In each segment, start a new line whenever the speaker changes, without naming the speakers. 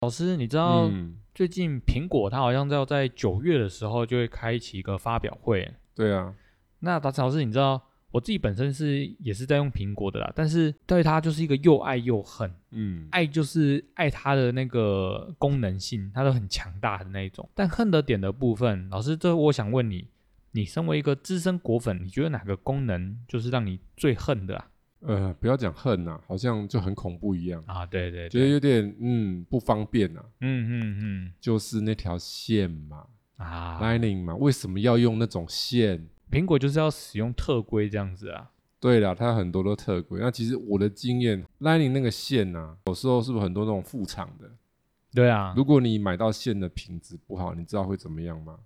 老师，你知道
嗯，
最近苹果它好像要在九月的时候就会开启一个发表会。
对啊，
那达成老师，你知道我自己本身是也是在用苹果的啦，但是对它就是一个又爱又恨。
嗯，
爱就是爱它的那个功能性，它都很强大的那一种。但恨的点的部分，老师，这我想问你，你身为一个资深果粉，你觉得哪个功能就是让你最恨的啊？
呃，不要讲恨呐、好像就很恐怖一样，
啊，对对
觉得
对，
有点嗯不方便呐、
嗯嗯
就是那条线嘛、
嗯啊，
lightning 嘛，为什么要用那种线？
苹果就是要使用特规这样子啊。
对啦，它很多都特规。那其实我的经验，Lightning 那个线呐、有时候是不是很多那种副厂的？
对啊，
如果你买到线的品质不好，你知道会怎么样吗？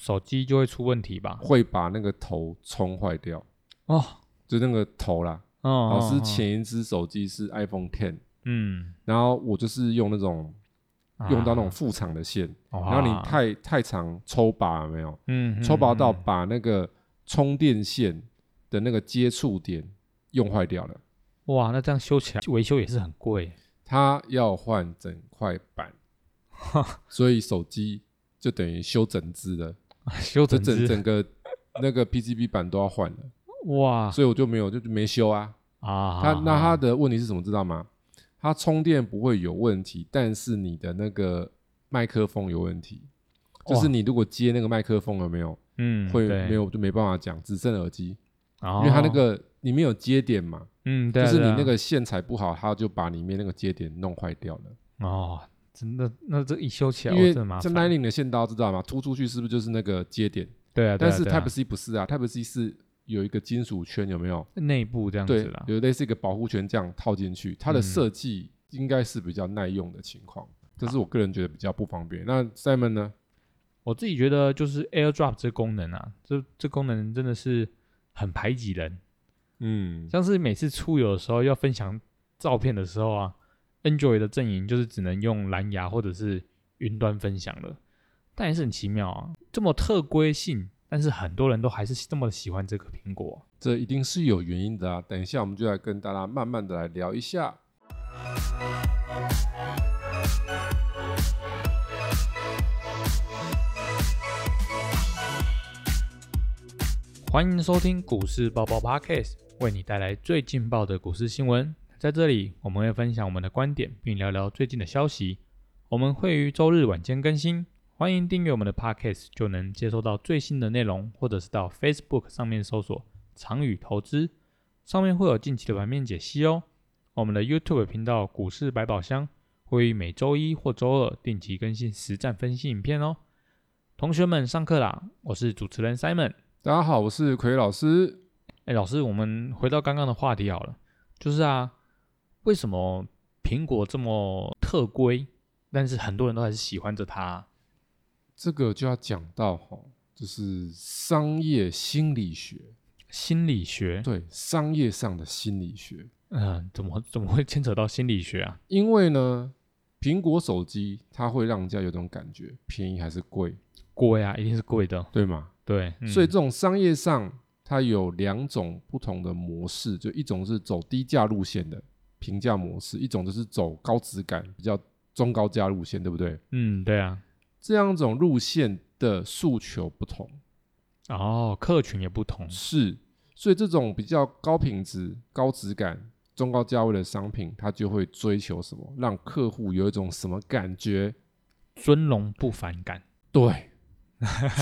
手机就会出问题吧？
会把那个头冲坏掉，
哦，
就那个头啦。
哦，
老
哦
师
哦
前一只手机是 iPhone Ten，
嗯，
然后我就是用那种用到那种副厂的线，
啊，
哦然后
哇
你太太长抽拔有没有？
嗯
抽拔到
嗯嗯
把那个充电线的那个接触点用坏掉了，
哇，那这样修起来维修也是很贵
它要换整块板，所以手机就等于修整只了，
啊，修
这
整
整
只
整个那个 PCB 板都要换了，
哇
所以我就没有就就没修啊。
啊，
它那它的问题是什么知道吗？它充电不会有问题，但是你的那个麦克风有问题，就是
哇
你如果接那个麦克风有没有？
嗯
会
对
没有就没办法讲，只剩耳机，
哦
因为它那个里面有接点嘛，
嗯，对
就
啊
是你
对啊
那个线材不好，它就把里面那个接点弄坏掉了。
哦，真的那这一修起来
因
我
为
真的麻
这
烦，
Lightning 的线刀知道吗？突出去是不是就是那个接点？
对啊，对
但
啊
是
对啊
Type C 不是啊，Type C 是有一个金属圈，有没有？
内部这样子
对
啦，，
有类似一个保护圈这样套进去，它
嗯
的设计应该是比较耐用的情况，这是我个人觉得比较不方便。那 Simon 呢？
我自己觉得就是 AirDrop 这功能啊，这这功能真的是很排挤人，
嗯，
像是每次出游的时候要分享照片的时候啊，Android 的阵营就是只能用蓝牙或者是云端分享了，但也是很奇妙啊，这么特规性，但是很多人都还是这么喜欢这个苹果。啊
这一定是有原因的啊。等一下我们就来跟大家慢慢的来聊一下。
欢迎收听股市爆爆 Podcast，为你带来最劲爆的股市新闻。在这里，我们会分享我们的观点，并聊聊最近的消息。我们会于周日晚间更新，欢迎订阅我们的 Podcast，就能接收到最新的内容，或者是到 Facebook 上面搜索“长宇投资”，上面会有近期的盘面解析哦。我们的 YouTube 频道“股市百宝箱”会于每周一或周二定期更新实战分析影片哦。同学们，上课啦！我是主持人 Simon。
大家好，我是奎老师。
哎，老师，我们回到刚刚的话题好了，就是啊，为什么苹果这么特规，但是很多人都还是喜欢着它？
这个就要讲到哈，就是商业心理学，
心理学，
对商业上的心理学。
嗯、怎么怎么会牵扯到心理学啊？
因为呢，苹果手机它会让人家有种感觉，便宜还是贵，
贵啊，一定是贵的，
对吗？
对，嗯
所以这种商业上，它有两种不同的模式，就一种是走低价路线的平价模式，一种就是走高质感、比较中高价路线，对不对？
嗯，对啊，
这两种路线的诉求不同。
哦，客群也不同，
是，所以这种比较高品质、高质感、中高价位的商品，它就会追求什么，让客户有一种什么感觉？
尊荣不反感，
对，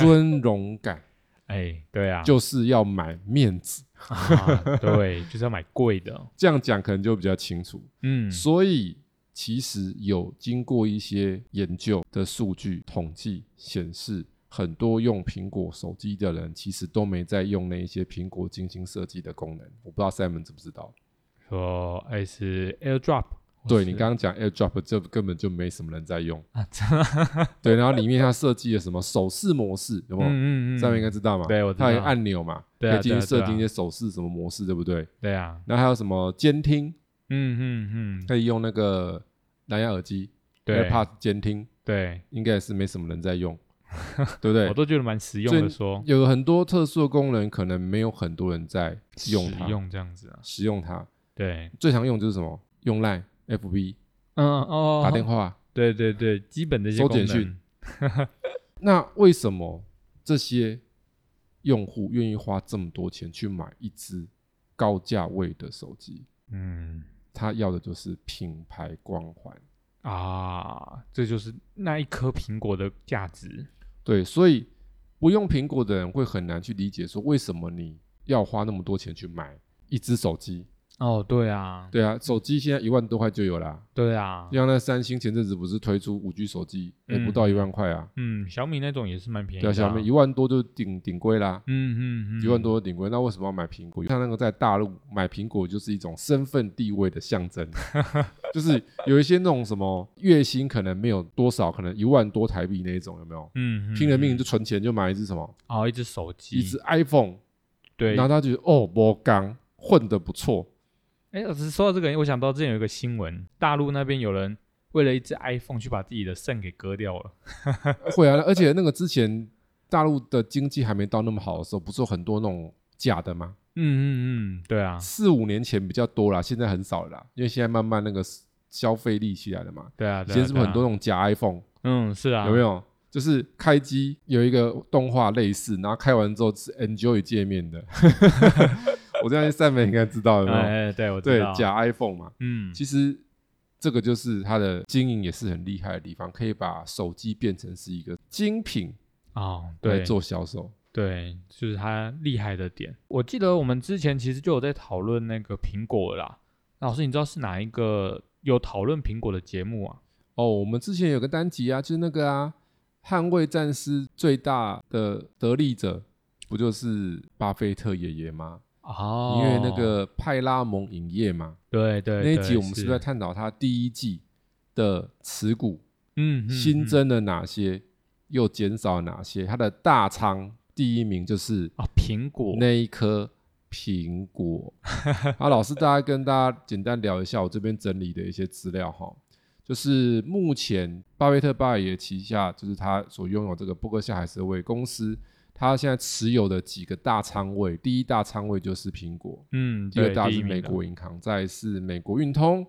尊荣感，
哎，对啊，
就是要买面子。
啊 对，就是要买贵 的，
这样讲可能就比较清楚。
嗯，
所以其实有经过一些研究的数据统计显示。很多用苹果手机的人，其实都没在用那一些苹果精心设计的功能。我不知道 Simon 知不知道？
说哎是 AirDrop，或
对
是
你刚刚讲 AirDrop，这根本就没什么人在用。
啊，真的，
对，然后里面它设计了什么手势模式，有没有？
嗯嗯嗯，
上面应该知道嘛？
对我知
它有一
道
个按钮嘛，
对啊
可以进
对
行
啊
设
对啊
定一些手势什么模式，对不对？
对啊，
然后还有什么监听，
嗯嗯嗯，
可以用那个蓝牙耳机
对
AirPods 监听，
对，
应该也是没什么人 在用，对不对
我？都觉得蛮实用
所以
的说，
有很多特殊的功能，可能没有很多人在用
实
它，
用这样子啊。
使用它。
对，
最常用就是什么？用 Line、FB
嗯哦，
打电
话，
话，
对对对，基本的一些
收
功
简
能
讯那为什么这些用户愿意花这么多钱去买一只高价位的手机？
嗯
他要的就是品牌光环。
啊，这就是那一颗苹果的价值。
对，所以不用苹果的人会很难去理解说为什么你要花那么多钱去买一只手机。
哦，对啊，
对啊，手机现在一万多块就有啦。
对啊，
像那三星前阵子不是推出五 G 手机，也、
嗯
不到一万块啊。
嗯，小米那种也是蛮便宜
对
的、
啊，小米一，万多就顶顶贵啦。
嗯嗯嗯，
一万多的顶规，那为什么要买苹果？他那个在大陆买苹果就是一种身份地位的象 征，就是有一些那种什么月薪可能没有多少，可能一万多台币那一种，有没有？
嗯，嗯，
拼了命
嗯
就存钱就买一只什么，
哦，一只手机，
一只 iPhone，
对
然，后他就觉得哦，我刚混得不错，
哎，我只是说到这个，我想到之前有一个新闻，大陆那边有人为了一只 iPhone 去把自己的肾给割掉了。
会啊，而且那个之前大陆的经济还没到那么好的时候，不是有很多那种假的吗？
嗯嗯嗯，对啊，
四五年前比较多啦，现在很少了啦，因为现在慢慢那个消费力起来了嘛。
对啊，
以
对啊
前是不是很多？
对啊
那种假 iPhone？
嗯，是啊，
有没有？就是开机有一个动画类似，然后开完之后是 Enjoy 界面的。 我这样赞美应该知道有没有？
哎，哎对，我知
对
道，，
假 iPhone 嘛，
嗯，
其实这个就是它的经营也是很厉害的地方，可以把手机变成是一个精品
哦，
来
对，
做销售。
对，就是它厉害的点。我记得我们之前其实就有在讨论那个苹果了啦。老师，你知道是哪一个有讨论苹果的节目啊？
哦，我们之前有个单集啊，就是那个啊，《捍卫战士》最大的得利者不就是巴菲特爷爷吗？
哦，
因为那个派拉蒙影业嘛，
对对
那一
对
集我们是
是
在探讨它第一季的持股
嗯嗯
新
嗯
增了哪些，又减少了哪些。它的大仓第一名就是
啊苹果
那一颗苹果。好，老师，大家跟大家简单聊一下我这边整理的一些资料哈。就是目前巴菲特巴爷旗下，就是他所拥有这个伯克夏海瑟威公司，他现在持有的几个大仓位，第一大仓位就是苹果，
嗯
第二
对
大
第一
是美
名的
国银行，再来是美国运通，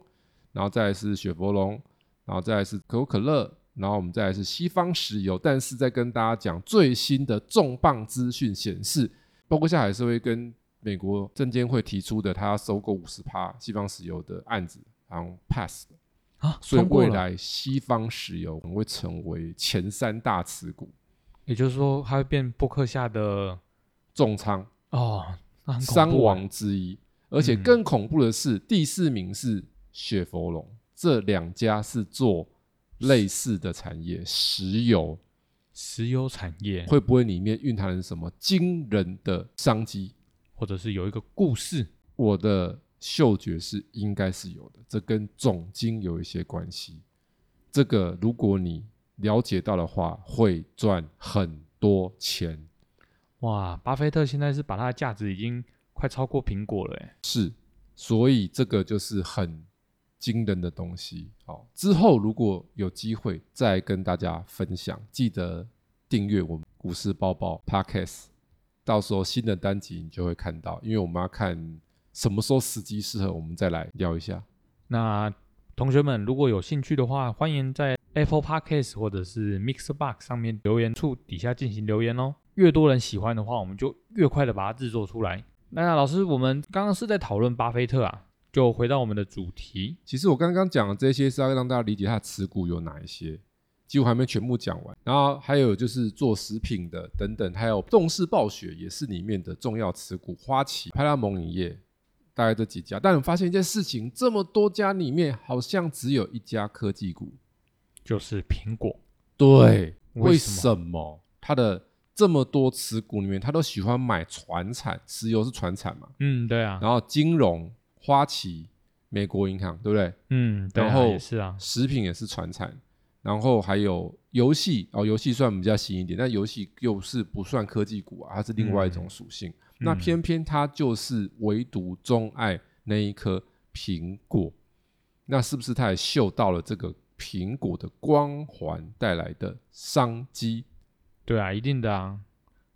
然后再来是雪佛龙，然后再来是可口可乐，然后我们再来是西方石油。但是在跟大家讲最新的重磅资讯显示，包括下海社会跟美国证监会提出的他要收购五十趴西方石油的案子，然后 pass 了。
啊，
所以
通过
未
了
来西方石油可能会成为前三大持股
也就是说，它会变播客下的
重仓
哦，那很恐怖
伤
欸
亡之一。而且
嗯
更恐怖的是，第四名是雪佛龙，这两家是做类似的产业，石油
石油产业，
会不会里面蕴含什么惊人的商机？
或者是有一个故事
我的嗅觉是应该是有的，这跟总经有一些关系。这个如果你了解到的话，会赚很多钱。
哇！巴菲特现在是把它的价值已经快超过苹果了欸，
所以这个就是很惊人的东西。好，之后如果有机会再跟大家分享，记得订阅我们股市包包 Podcast，到时候新的单集你就会看到，因为我们要看什么时候时机适合，我们再来聊一下。
那同学们如果有兴趣的话，欢迎在 Apple Podcast 或者是 Mixbox 上面留言处底下进行留言哦。越多人喜欢的话，我们就越快的把它制作出来。那老师，我们刚刚是在讨论巴菲特啊，就回到我们的主题。
其实我刚刚讲的这些是要让大家理解它的持股有哪一些，几乎还没全部讲完。然后还有就是做食品的等等，还有动视暴雪也是里面的重要持股，花旗、派拉蒙影业，大概这几家。但我发现一件事情，这么多家里面好像只有一家科技股。
就是苹果，
对，
为
为
什
什么它的这么多持股里面，他都喜欢买船产，石油是船产嘛，
嗯，对啊，
然后金融、花旗、美国银行，对不对？
嗯，对啊
然后
也是啊，
食品也是传产，然后还有游戏哦，游戏算比较新一点，但游戏又是不算科技股啊，它是另外一种属性。那
嗯
偏偏它就是唯独钟爱那一颗苹果，那是不是它也嗅到了这个苹果的光环带来的商机？
对啊，一定的啊，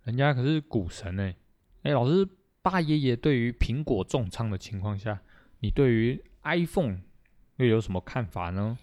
人家可是股神哎、欸。哎、老师，八爷爷对于苹果重仓的情况下，你对于 iPhone 又有什么看法呢？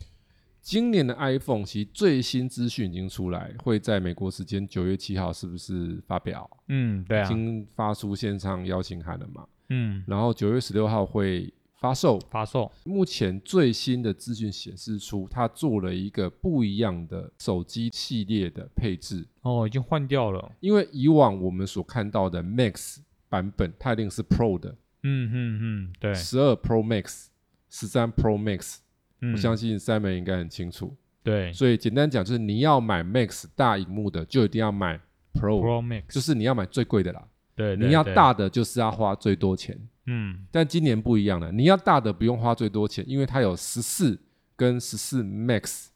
今年的 iPhone 其实最新资讯已经出来，会在美国时间九月七号是不是发表？
嗯，对
已
啊，
经发出线上邀请函了嘛？
嗯，
然后九月十六号会发售。
发售，
目前最新的资讯显示出，它做了一个不一样的手机系列的配置。
哦，已经换掉了，
因为以往我们所看到的 Max 版本，它一定是 Pro 的，
嗯嗯嗯，对，
十二 Pro Max、十三 Pro Max，
嗯
我，相信 Simon 应该很清楚。
对
所以简单讲，就是你要买 Max 大荧幕的，就一定要买 Pro，
，Pro Max，
就是你要买最贵的啦。
对，对
哦你要，
对
大的，就是要花最多钱。
嗯，
但今年不一样了，你要大的不用花最多钱，因为它有十四跟十四 Max，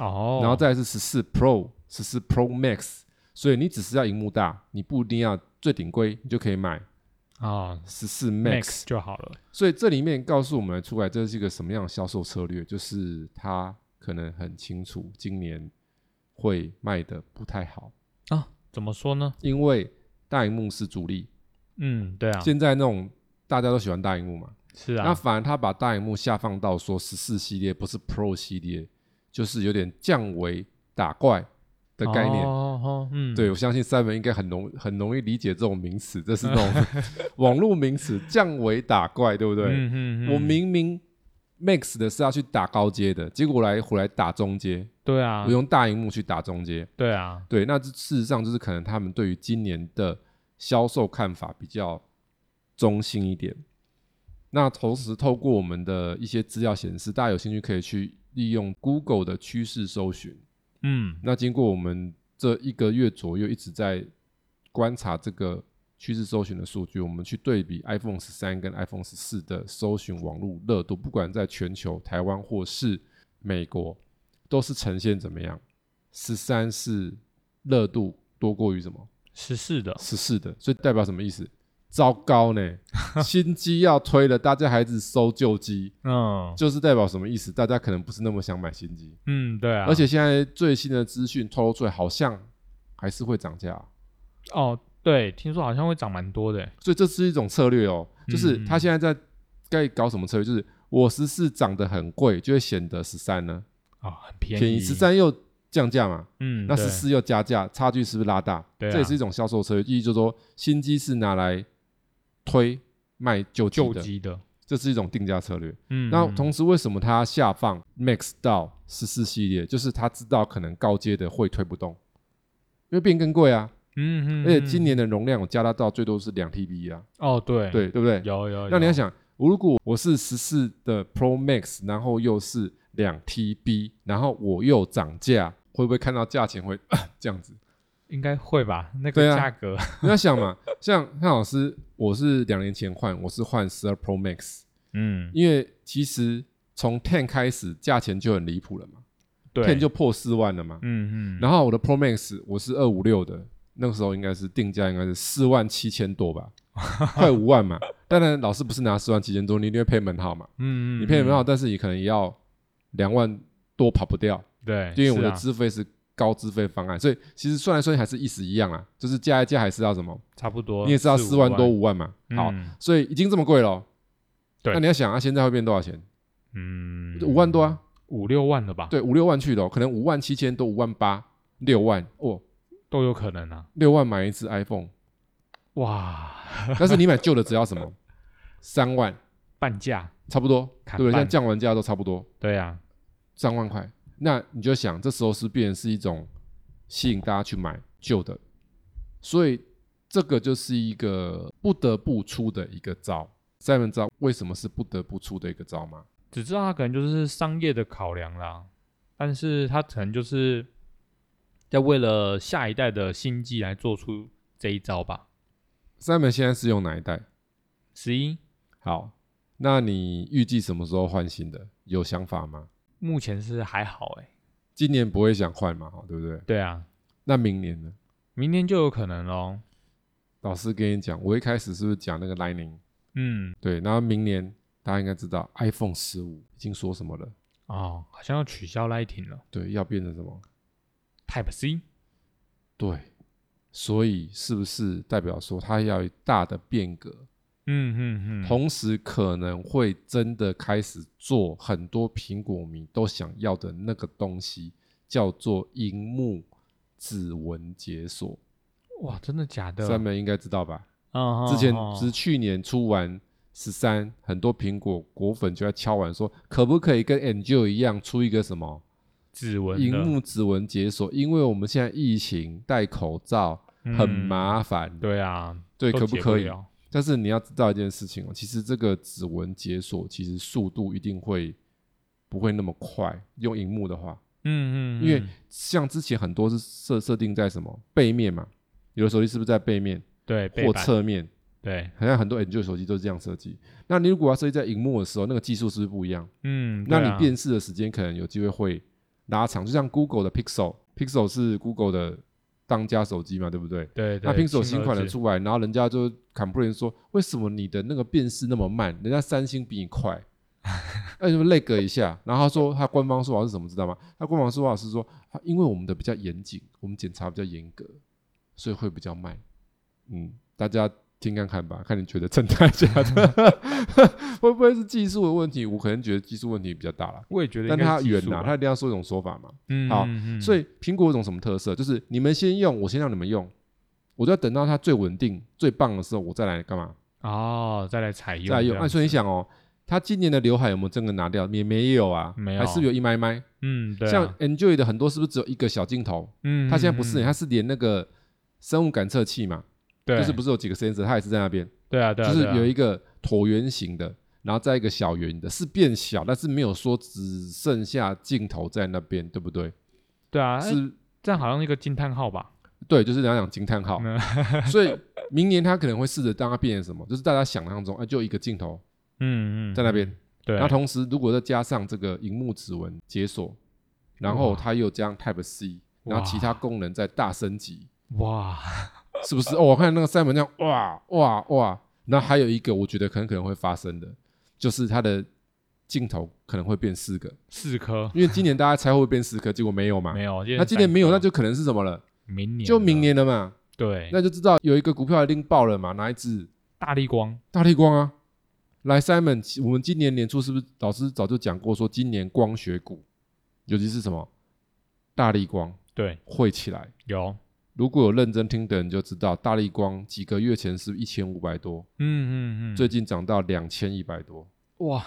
哦，
然后再来是十四 Pro、十四 Pro Max，所以你只是要荧幕大，你不一定要最顶规，你就可以买
啊
十四
Max
Max。
就好了，
所以这里面告诉我们出来，这是一个什么样的销售策略，就是它可能很清楚今年会卖的不太好，
哦怎么说呢？
因为大荧幕是主力，
嗯，对啊，
现在那种大家都喜欢大荧幕嘛。
是
那
啊，
反而他把大荧幕下放到说十四系列不是 Pro 系列，就是有点降维打怪的概念。
哦，哦嗯，
对，我相信 Simon 应该很容很容易理解这种名词，这是那种 网络名词，降维打怪，对不对？
嗯嗯，嗯嗯，
我明明 Max 的是要去打高阶的，结果我来回来打中阶，
对啊
我，用大荧幕去打中阶。
对啊，
对，那这事实上就是可能他们对于今年的销售看法比较中性一点。那同时，透过我们的一些资料显示，大家有兴趣可以去利用 Google 的趋势搜寻。
嗯，
那经过我们这一个月左右一直在观察这个趋势搜寻的数据，我们去对比 iPhone 十三跟 iPhone 十四的搜寻网络热度，不管在全球、台湾或是美国，都是呈现怎么样？十三是热度多过于什么？
十四的，
十四的，所以代表什么意思？糟糕呢，新机要推了，大家还只收旧机，
嗯
就是代表什么意思？大家可能不是那么想买新机。
嗯，对啊，
而且现在最新的资讯透露出来，好像还是会涨价，
哦，对，听说好像会涨蛮多的，欸
所以这是一种策略哦，
嗯
就是他现在在该搞什么策略？就是我十四涨得很贵，就会显得十三呢
啊，很便宜，
便宜，十，三又降价嘛，
嗯，
那
对
十，四又加价，差距是不是拉大？
对啊
这也是一种销售策略，意思就是说新机是拿来推卖旧机
旧
的，
机的，
这是一种定价策略。
嗯，
那
嗯
同时，为什么他下放 Max 到十四系列？就是他知道可能高阶的会推不动，因为变更贵啊，
嗯嗯，
而且今
嗯
年的容量我加大到最多是两 TB 啊，
哦，对，
对对不对？
有有，
那你
有
要想，如果我是十四的 Pro Max，然后又是两 TB，然后我又涨价，会不会看到价钱会 这样子？
应该会吧？那
对
个
啊
价格，
你要想嘛， 像像老师，我是两年前换，我是换十二 Pro Max，
嗯，
因为其实从 Ten 开始价钱就很离谱了嘛。
对，
Ten 就破四万了嘛。
嗯嗯，
然后我的 Pro Max 我是二五六的，那个时候应该是定价应该是四万七千 多吧，快五万嘛。当然老师不是拿四万七千多，你一定会配门号嘛，
嗯嗯，
你配门
嗯
号，但是你可能也要两万多跑不掉，
对，
因为我
是
的
啊
资费是高资费方案，所以其实算来算去还是意思一样啊，就是加一加还是要什么，
差不多，
你也是要四万多，五万嘛。好，
嗯
所以已经这么贵了哦。
对
那你要想啊，现在会变多少钱？
嗯，
五万多啊。
五六万了吧？，
对，五六万去的、哦，可能五万七千多、五万八、六万哦，
都有可能啊。
六万买一只 iPhone，
哇，
但是你买旧的只要什么？三万，
半价，
差不多，对
砍
不对？
半
现在降完价都差不多
对啊，
三万块，那你就想，这时候是变成是一种吸引大家去买旧的，所以这个就是一个不得不出的一个招。Simon 知道为什么是不得不出的一个招吗？
只知道它可能就是商业的考量啦，但是它可能就是在为了下一代的新机来做出这一招吧。
Simon 现在是用哪一代？
十一
好，那你预计什么时候换新的？有想法吗？
目前是还好
欸
哎、
今年不会想换嘛，哈，对不对？
对啊，
那明年呢？
明天就有可能咯。
老师跟你讲，我一开始是不是讲那个 Lightning？
嗯，
对，然后明年大家应该知道 iPhone 十五已经说什么了，
哦，好像要取消 Lighting 了
对，要变成什么？
，Type C。
对，所以是不是代表说它要有大的变革？
嗯嗯嗯，
同时可能会真的开始做很多苹果迷都想要的那个东西，叫做荧幕指纹解锁。
哇，真的假的？
三门应该知道吧？
嗯，
之前
嗯
只去年出完十三，很多苹果果粉就在敲完说，可不可以跟 Enjoy 一样出一个什么
指纹的
荧幕指纹解锁？因为我们现在疫情戴口罩很
嗯
麻烦，
对啊，
对，
都
可
解不
可以？
了
但是你要知道一件事情哦，其实这个指纹解锁其实速度一定会不会那么快，用荧幕的话，
嗯嗯，嗯
因为像之前很多是设设定在什么背面嘛，有的手机是不是在背面
对背
或
板
侧面？
对，
好像很多 Android 手机都是这样设计。那你如果要设计在荧幕的时候，那个技术是不是不一样？
嗯，
那
对
你
啊
辨识的时间可能有机会会拉长，就像 Google 的 Pixel，Pixel 是 Google 的当家手机嘛，对不对？
对对，
那 Pixel
亲
新
儿
款的
子
出来，然后人家就 complain 说，为什么你的那个辨识那么慢？人家三星比你 快，那就 lag 一下。然后他说他官方说法是什么，知道吗？他官方说法是说，啊因为我们的比较严谨，我们检查比较严格，所以会比较慢。嗯，大家听看看吧，看你觉得真的假 的， 会不会是技术的问题？我可能觉得技术问题比较大了，
我也觉得应
但
该
他
是技
远
术
呐、
吧
他一定要说一种说法嘛。
嗯
好
嗯嗯
所以苹果有种什么特色？就是你们先用，我先让你们用，我就要等到它最稳定、最棒的时候，我再来干嘛？
哦，再来采用
再来用。
这
按、
样
所以你
子
想哦，它今年的刘海有没有真的拿掉？也没有啊，
没有
还是有一麦麦。
嗯，对啊，
像 Enjoy 的很多是不是只有一个小镜头？
嗯，
它现在不
嗯
是，
嗯
它是连那个生物感测器嘛，
对，
就是不是有几个 sensor，它也是在那边，
对啊，对啊，
就是
对啊
有一个椭圆形的。然后再一个小圆的，是变小，但是没有说只剩下镜头在那边，对不对？
对啊，哎
是
这样好像一个惊叹号吧？
对，就是两两惊叹号。
嗯
所以明年他可能会试着让它变成什么，就是大家想象中，哎、就一个镜头
嗯嗯，
在那边，
对，
然后同时如果再加上这个荧幕指纹解锁，然后它又加上 Type C，
哇
然后其他功能再大升级，
哇，
是不是？哦，我看那个 Simon 那样，哇哇哇！然后还有一个我觉得可能可能会发生的，就是它的镜头可能会变四个，
四颗
因为今年大家猜会变四颗，结果没有嘛。
没有，
那今年没有，
三颗
那就可能是什么了？
明年
就明
了
年了嘛。
对，
那就知道有一个股票一定爆了嘛，哪一只？
大力光
大力光啊！来，Simon，我们今年年初是不是老师早就讲过说，今年光学股，尤其是什么大力光
对
会起来？
有，
如果有认真听的人就知道，大力光几个月前是一千五百多，
嗯嗯嗯，
最近涨到两千一百多，
哇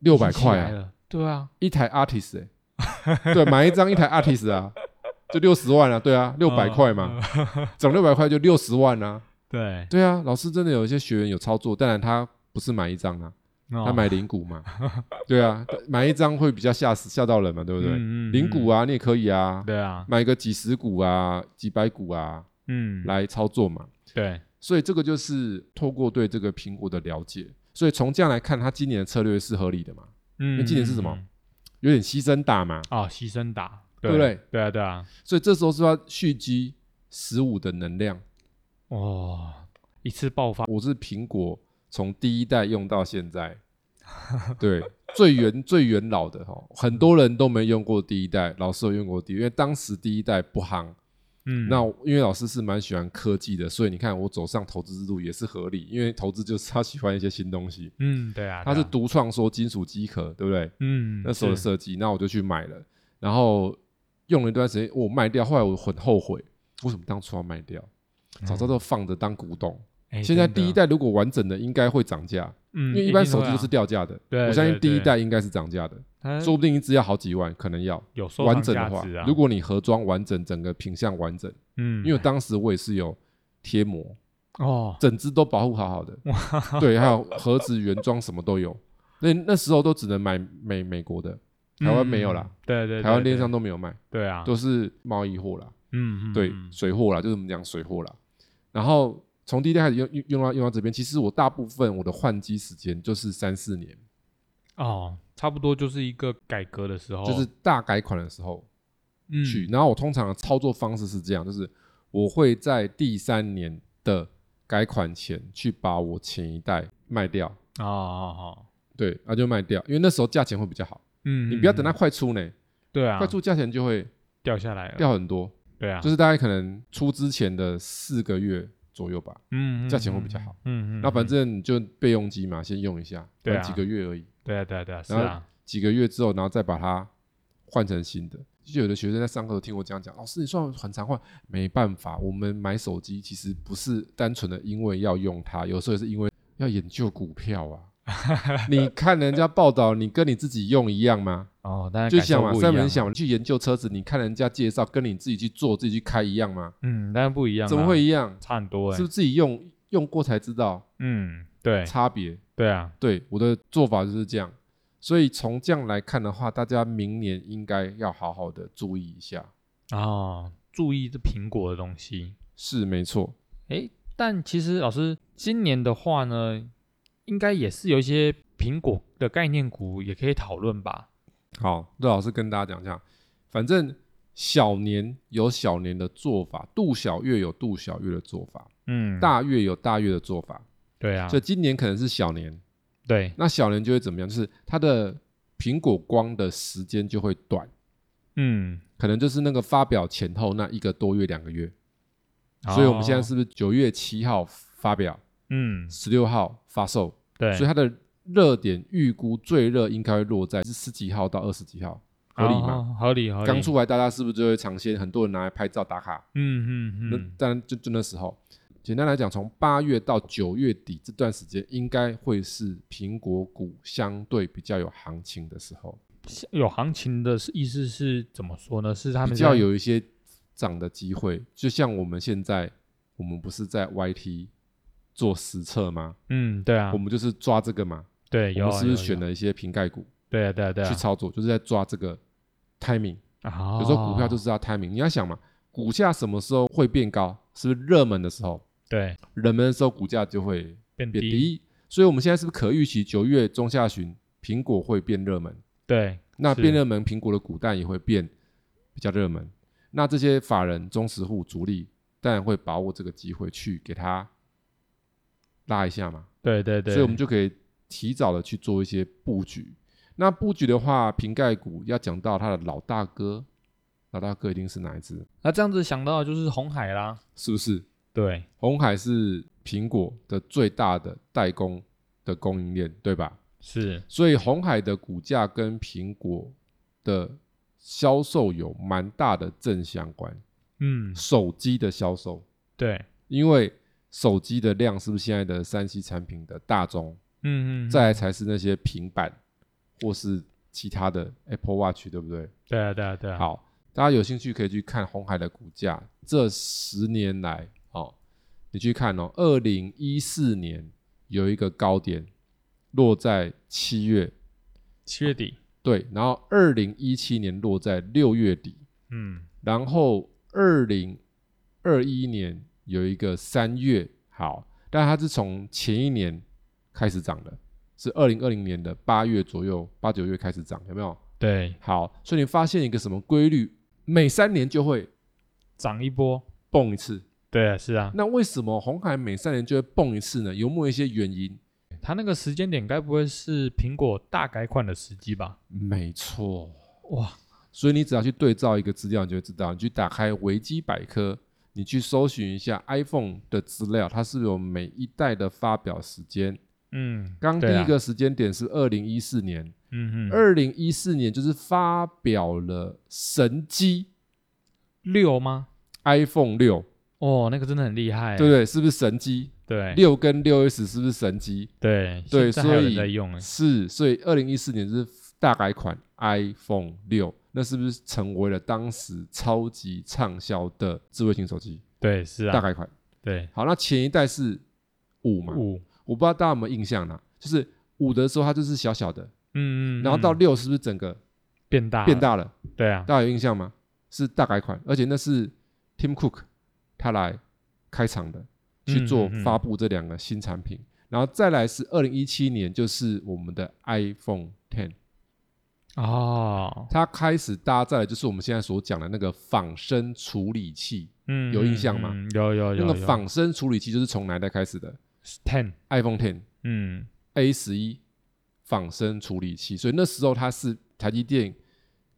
六百
听起
块
来
啊！
了，对啊，
一台 Artist 哎、对，买一张一台 Artist 啊，就六十万啊，对啊，六百
嗯
块嘛，，
嗯
涨六百块就六十万啊，
对，
对啊，老师真的有一些学员有操作，当然他不是买一张啊，他
他
买零股嘛，对啊，买一张会比较吓死吓到人嘛，对不对？
嗯嗯
零股
啊，
啊，你也可以啊，
对啊，
买个几十股啊、几百股啊
嗯，
来操作嘛。
对，
所以这个就是透过对这个苹果的了解，所以从这样来看，他今年的策略是合理的嘛，
嗯，
那今年是什么
嗯？嗯
有点牺牲打嘛，
哦，牺牲打，
对不对？
对啊，对啊，
所以这时候是要蓄积十五的能量。
哦，一次爆发，
我是苹果从第一代用到现在，对，最元最元老的哈，很多人都没用过第一代，老师有用过第一，因为当时第一代不夯。
嗯，
那因为老师是蛮喜欢科技的，所以你看我走上投资之路也是合理，因为投资就是他喜欢一些新东西。
嗯，对啊，
他
对
是
啊
独创说金属机壳，对不对？
嗯，
那时候的
是
设计，那我就去买了，然后用了一段时间，我卖掉，后来我很后悔，为什么当初要卖掉？早知道就放着当古董。
哎
现在
真的
第一代如果完整的，应该会涨价，
嗯，
因为一般
定会
手机
啊
都是掉价的。
对
我相
对
信
对
第一代应该是涨价的，
它
说不定一只要好几万，可能要
有收
完
藏
整
价
的话
值啊，，
如果你盒装完整，整个品相完整，
嗯，
因为当时我也是有贴膜，
哦，
整只都保护好好的， 对，还有盒子原装什么都有。那那时候都只能买美美国的，台湾没有啦
嗯，，对对，对
台湾电
对
商都没有卖，
对啊，
都是贸易货啦。
嗯，嗯
对，
嗯
水货啦，就是我们讲水货啦。然后从第一代开始用用用到用到这边，其实我大部分我的换机时间就是三四年，
哦，差不多就是一个改革的时候，
就是大改款的时候
哦嗯
去。然后我通常的操作方式是这样，就是我会在第三年的改款前去把我前一代卖掉，
哦哦哦，
对，那就卖掉，因为那时候价钱会比较好。
嗯，
你不要等它
嗯，
快出呢，
对啊，
快出价钱就会
掉下来了，
掉很多，
对啊，
就是大概可能出之前的四个月左右吧。
嗯，嗯
价钱会比较好。
嗯嗯，嗯
那反
嗯
正你就备用机嘛，先用一下，
对啊
反正几个月而已。
对啊对啊对啊，是
然后
啊，
几个月之后，然后再把它换成新的。就有的学生在上课都听我这样讲，老师你算很常换，没办法，我们买手机其实不是单纯的因为要用它，有时候也是因为要研究股 票啊。你看人家报道，你跟你自己用一样吗？
哦，当然
就
感受
像嘛，
不一
三门
样
想去研究车子，你看人家介绍，跟你自己去做、自己去开一样吗？
嗯，当然不一样啊，
怎么会一样？
差很多哎、
是不是自己用用过才知道
嗯，对
差别？
对啊，
对，我的做法就是这样。所以从这样来看的话，大家明年应该要好好的注意一下。
哦，注意这苹果的东西。
是没错，
诶，但其实老师今年的话呢，应该也是有一些苹果的概念股也可以讨论吧？
好，陆老师跟大家讲一下，反正小年有小年的做法，度小月有度小月的做法，
嗯，
大月有大月的做法。
对啊，
所以今年可能是小年，
对，
那小年就会怎么样？就是它的苹果光的时间就会短，
嗯，
可能就是那个发表前后那一个多月、两个月。所以我们现在
哦
是不是九月七号发表，
嗯，
十六号发售？
对，
所以它的热点预估最热应该会落在是十几号到二十几号，合理吗？
哦？合理合理。
刚出来，大家是不是就会尝鲜？很多人拿来拍照打卡。
嗯，嗯
那
嗯
当然，就就那时候，简单来讲，从八月到九月底这段时间，应该会是苹果股相对比较有行情的时候，
像有行情的是意思是怎么说呢？是他们
比较
现在
有一些涨的机会。就像我们现在，我们不是在 YT 做实测吗？
嗯，对啊
我，们就是抓这个嘛。
对，
我
有
们
啊
是不
有
是
啊
选
有啊
了一些瓶盖股？
对啊对啊对哦啊
去，操作，就是在抓这个 timing。
有
有时候股票就是要 timing，你要想嘛，股价什么时候会变高？是不是热门的时候？
对
冷门的时候股价就会
变
变
低，
低。所以我们现在是不是可预期九月中下旬苹果会变热门？
对，
那
是
变热门，苹果的股蛋也会变比较热门。那这些法人、中实户、主力当然会把握这个机会去给它拉一下嘛。
对对对，
所以我们就可以提早的去做一些布局。那布局的话，瓶盖股要讲到它的老大哥，老大哥一定是哪一只？
那这样子想到的就是红海啦，
是不是？
对，
红海是苹果的最大的代工的供应链，对吧？
是，
所以红海的股价跟苹果的销售有蛮大的正相关，
嗯，
手机的销售，
对，
因为手机的量是不是现在的三 C 产品的大宗？
嗯嗯，
再来才是那些平板或是其他的 Apple Watch，对不对？
对啊对啊对啊，，
好，大家有兴趣可以去看红海的股价，这十年来哦，你去看哦，二零一四年有一个高点落在七月，
七月底，
对，然后二零一七年落在六月底，
嗯，
然后二零二一年有一个三月，好，但它是从前一年开始涨的，是二零二零年的八月左右，八九月开始涨，有没有？
对，
好，所以你发现一个什么规律？每三年就会
涨一波，
蹦一次。
对啊是啊，
那为什么红海每三年就会蹦一次呢？有没有一些原因？
它那个时间点该不会是苹果大改款的时机吧？
没错，
哇，
所以你只要去对照一个资料，你就会知道。你去打开维基百科，你去搜寻一下 iPhone 的资料，它是有每一代的发表时间。
嗯，
刚第
对
一
啊，
个时间点是二零一四年，
嗯嗯，
二零一四年就是发表了神机
六吗？
iPhone 六，
哦，那个真的很厉害欸，
对不对？是不是神机？
对
六跟六 S 是不是神机？
对
对
现在还有
所
人
以
在用欸
是，所以二零一四年就是大改款 iPhone 六，那是不是成为了当时超级畅销的智慧型手机、
对是
大
啊，
改款？
对
好，那前一代是五嘛，
五，
我不知道大家有没有印象啦，就是五的时候它就是小小的，
嗯嗯，
然后到
嗯
六是不是整个
变大
变
了，
大了？
对啊，
大家有印象吗？是大改款，而且那是 Tim Cook 他来开场的，去做
嗯嗯嗯
发布这两个新产品。然后再来是二零一七年，就是我们的 iPhone Ten，
哦，
它开始搭载的就是我们现在所讲的那个仿生处理器。
嗯，
有印象吗
嗯？嗯有有有，
那个
有
仿生处理器就是从哪一代开始的
ten，
？iPhone Ten
嗯
A 十一仿生处理器，所以那时候它是台积电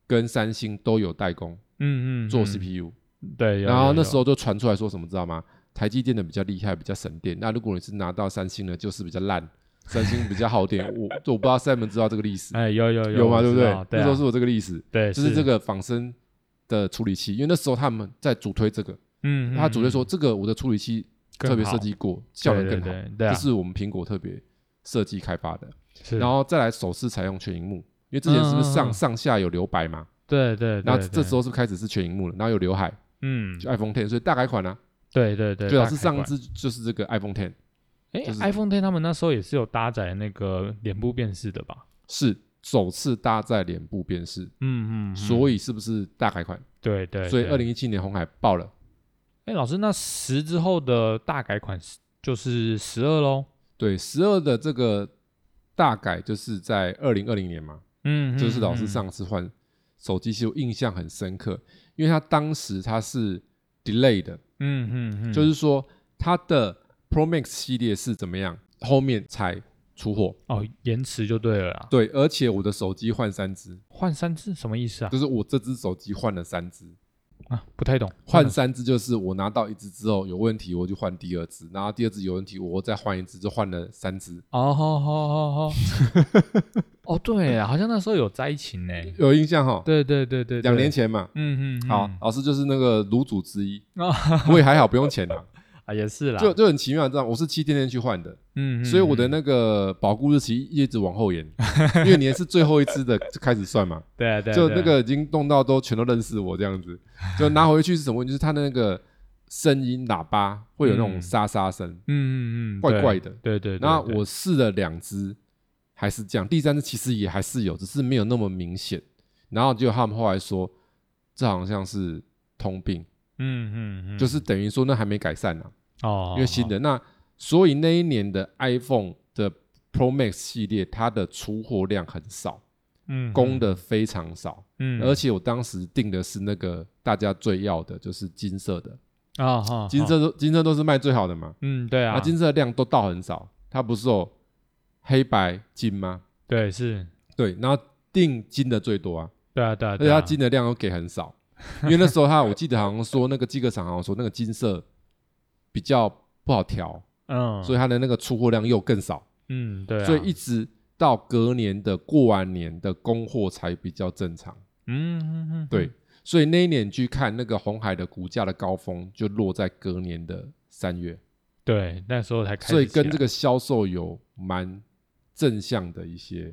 跟三星都有代工
嗯嗯，
做
嗯
CPU。
对，有
然后那时
候
候就传出来说什么，知道吗？台积电的比较厉害，比较省电。那如果你是拿到三星的，就是比较烂，三星比较好点。我我不知道 Simon 知道这个历史、
哎，有有
有吗？
我
对不
知
对
道？
那
对啊
时候是我这个历史，
对，
就是这，个仿生的处理器，因为那时候他们在主推这个，
嗯，嗯
他主推说这个我的处理器
更
特别设
好
计过，效能更好
对，对对对啊
这是我们苹果特别设计开发的。
是
然后再来首次采用全荧幕，因为之前是不是
嗯
上、
嗯嗯
上下有留白嘛？
对对，
那
对
这
对
时候是不是开始是全荧幕了，然后有刘海，
嗯，
就 iPhone Ten，所以大改款啊，
对对对，
最好
大
是
开
上一
关
次就是这个 iPhone Ten，
哎
就是
，iPhone Ten 他们那时候也是有搭载那个脸部辨识的吧？
是首次搭载脸部辨识，
嗯嗯，以
所以是不是大改款？
对对，
所以
对
二零一七年红海爆了，
哎，老师，那十之后的大改款是就是十二喽？
对，十二的这个大改就是在二零二零年嘛，
嗯，
就是老师
嗯，
上次换手机是我印象很深刻，因为他当时他是 delay 的，
嗯嗯嗯，
就是说它的 Pro Max 系列是怎么样，后面才出货。
哦，延迟就对了啦。
对，而且我的手机换三只，
换三只什么意思啊？
就是我这只手机换了三只，
啊，不太懂。
换三只就是我拿到一只之后有问题，我就换第二只，然后第二只有问题，我再换一只，就换了三只。
哦，好好好 好，哦，对啊，好像那时候有灾情呢。
有印象哈？
对对对对，对
两年，前嘛。
嗯嗯，嗯
好，老师就是那个卤煮之一，
啊
不过也还好，不用钱 啊，
啊也是啦，
就就很奇妙，这样我是七天天去换的，
嗯，嗯
所以
嗯
我的那个保固日期一直往后延，因为你是最后一只的就开始算嘛，
对啊对啊，
就
对啊
那个已经弄到都全都认识我这样子， 就拿回去是什么问题？就是它的那个声音喇叭会有那种
嗯
沙沙声，
嗯嗯嗯，
怪
对
怪的
对对。对
那
对
我试了两只还是这样，第三只其实也还是有，只是没有那么明显。然后就他们后来说，这好像是通病，
嗯嗯嗯，
就是等于说那还没改善呢、
哦，
因为新的那，所以那一年的 iPhone 的 Pro Max 系列，它的出货量很少，
嗯
供，的非常少。
嗯，
而且我当时订的是那个大家最要的，就是金色的，
啊哈，
金
哦，
色都金色都是卖最好的嘛，
嗯，对
啊，
啊，
金色的量都到很少，它不是有黑白金吗？
对是，
对，然后订金的最多啊，
对啊对啊，
而
对
且它
啊
金的量都给很少，因为那时候他我记得好像说那个机壳厂好像说那个金色比较不好调，
嗯，
所
以
以它的那个出货量又更少，
嗯对啊，
所以一直到隔年的过完年的供货才比较正常。
嗯嗯嗯，
对，所以那一年去看那个红海的股价的高峰，就落在隔年的三月，
对，那时候才开始起
所
来，
以跟这个销售有蛮正向的一些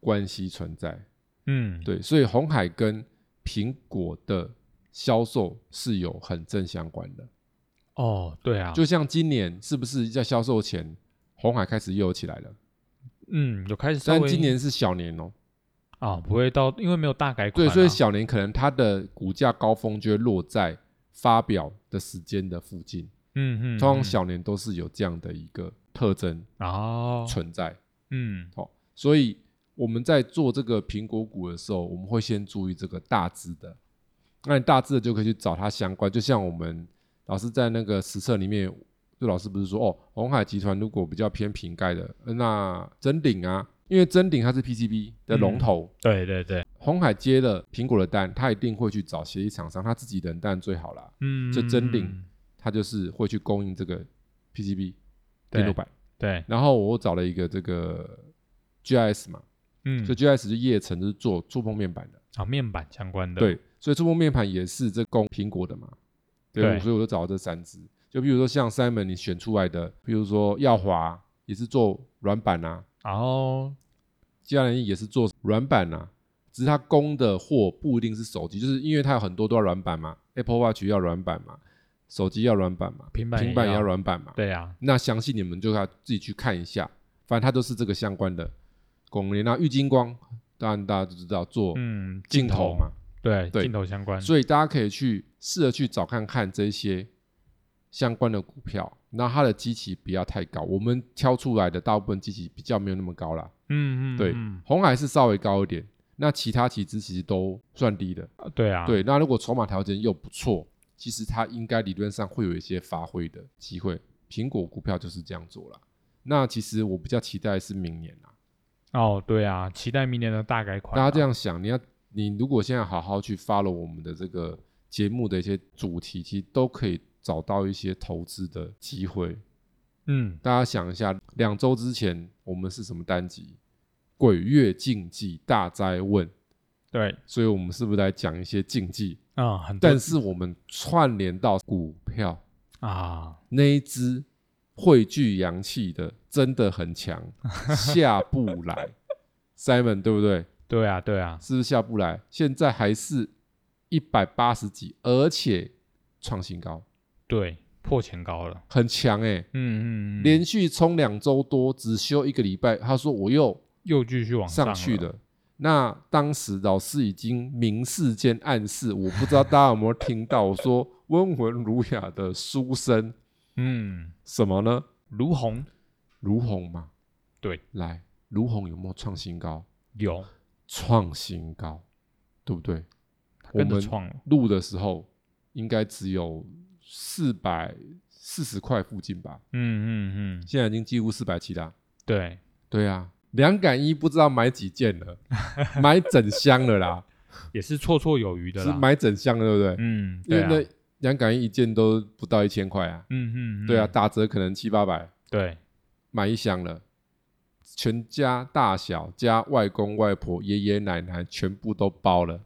关系存在。
嗯
对，所以红海跟苹果的销售是有很正相关的。
哦对啊，
就像今年是不是在销售前，红海开始又有起来了？
嗯有开始稍
但
微
今年是小年哦、
啊不会到，因为没有大改款
对，
啊，
所以小年可能它的股价高峰就会落在发表的时间的附近。
嗯嗯，
通常
嗯
小年都是有这样的一个特征
哦
存在。
嗯
好、所以我们在做这个苹果股的时候，我们会先注意这个大致的，那你大致的就可以去找它相关。就像我们老师在那个实测里面，就老师不是说哦，红海集团如果比较偏瓶盖的，呃那真鼎啊，因为真鼎它是 PCB
嗯
的龙头。
对对对，
红海接了苹果的单，他一定会去找协议厂商，他自己人当然最好啦，
嗯
就真领
嗯
他就是会去供应这个 PCB
对
电路板。
对
然后我找了一个这个 GIS 嘛，
嗯
所以 GIS 就叶城就是做触碰面板的，
啊面板相关的，
对，所以触碰面板也是这供苹果的嘛，对，
对
所以我就找了这三只，就比如说像 Simon 你选出来的，比如说耀华也是做软板啊，
然后
嘉仁也是做软板啊，只是它供的货不一定是手机，就是因为它有很多都要软板嘛，Apple Watch 要软板嘛，手机要软板嘛，
平板也
平板也
要
要软板嘛，
对啊
那详细你们就要自己去看一下，反正它都是这个相关的供应链。那玉金光，当然大家都知道做
嗯
镜头嘛，
对
对
镜头相关，
所以大家可以去试着去找看看这些相关的股票。那它的基期不要太高，我们挑出来的大部分基期比较没有那么高啦。
嗯嗯
对
嗯，
红海是稍微高一点，那其他其实其实都算低的。
啊对啊
对，那如果筹码条件又不错，其实它应该理论上会有一些发挥的机会。苹果股票就是这样做啦。那其实我比较期待是明年啦。
哦对啊，期待明年的大改款啊，
大家这样想，你要你如果现在好好去 follow 我们的这个节目的一些主题，其实都可以找到一些投资的机会。
嗯，
大家想一下，两周之前我们是什么单集？鬼月禁忌大灾问，
对
所以我们是不是来讲一些禁忌？
啊，很多
但是我们串联到股票
啊，
那一只汇聚阳气的，真的很 强，下不来。Simon 对不对？
对啊，对啊，
是不是下不来？现在还是一百八十几，而且创新高，
对，破前高了。
很强哎、
嗯嗯嗯，
连续冲两周多，只休一个礼拜，他说我又
又继续往
上去
了。
了。那当时老师已经明示间暗示，我不知道大家有没有听到，我说温文儒雅的书生
嗯，
什么呢？
卢红
如虹嘛，
对，
来如虹有没有创新高？
有
创新高，对不对？我
跟着
们
创了。
录的时候应该只有四百四十块附近吧，
嗯嗯嗯，
现在已经几乎四百七啊啦。
对，
对啊，两杆一不知道买几件 了，买整箱了啦，
也是绰绰有余的
是
啦。
买整箱了，对不对？
嗯，
因
对
为
啊，
那两杆一一件都不到一千块啊，
嗯嗯，嗯
对啊，，打折可能七八百，
对，
买一箱了。全家大小加外公外婆、爷爷奶奶全部都包了，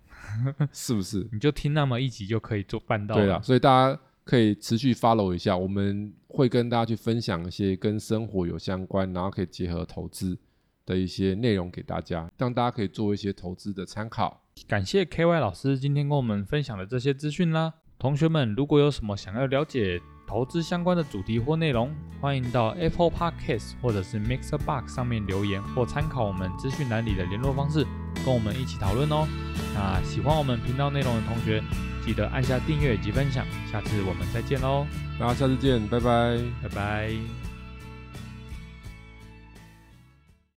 是不是？
你就听那么一集就可以做办到
对
了
啊，。所以大家可以持续 follow 一下，我们会跟大家去分享一些跟生活有相关，然后可以结合投资的一些内容给大家，让大家可以做一些投资的参考。
感谢 KY 老师今天跟我们分享的这些资讯啦。同学们，如果有什么想要了解投资相关的主题或内容，欢迎到 Apple Podcast 或者是 Mixer Box 上面留言，或参考我们资讯栏里的联络方式，跟我们一起讨论哦。那喜欢我们频道内容的同学，记得按下订阅以及分享。下次我们再见喽，
大家下次见，拜拜。
拜拜。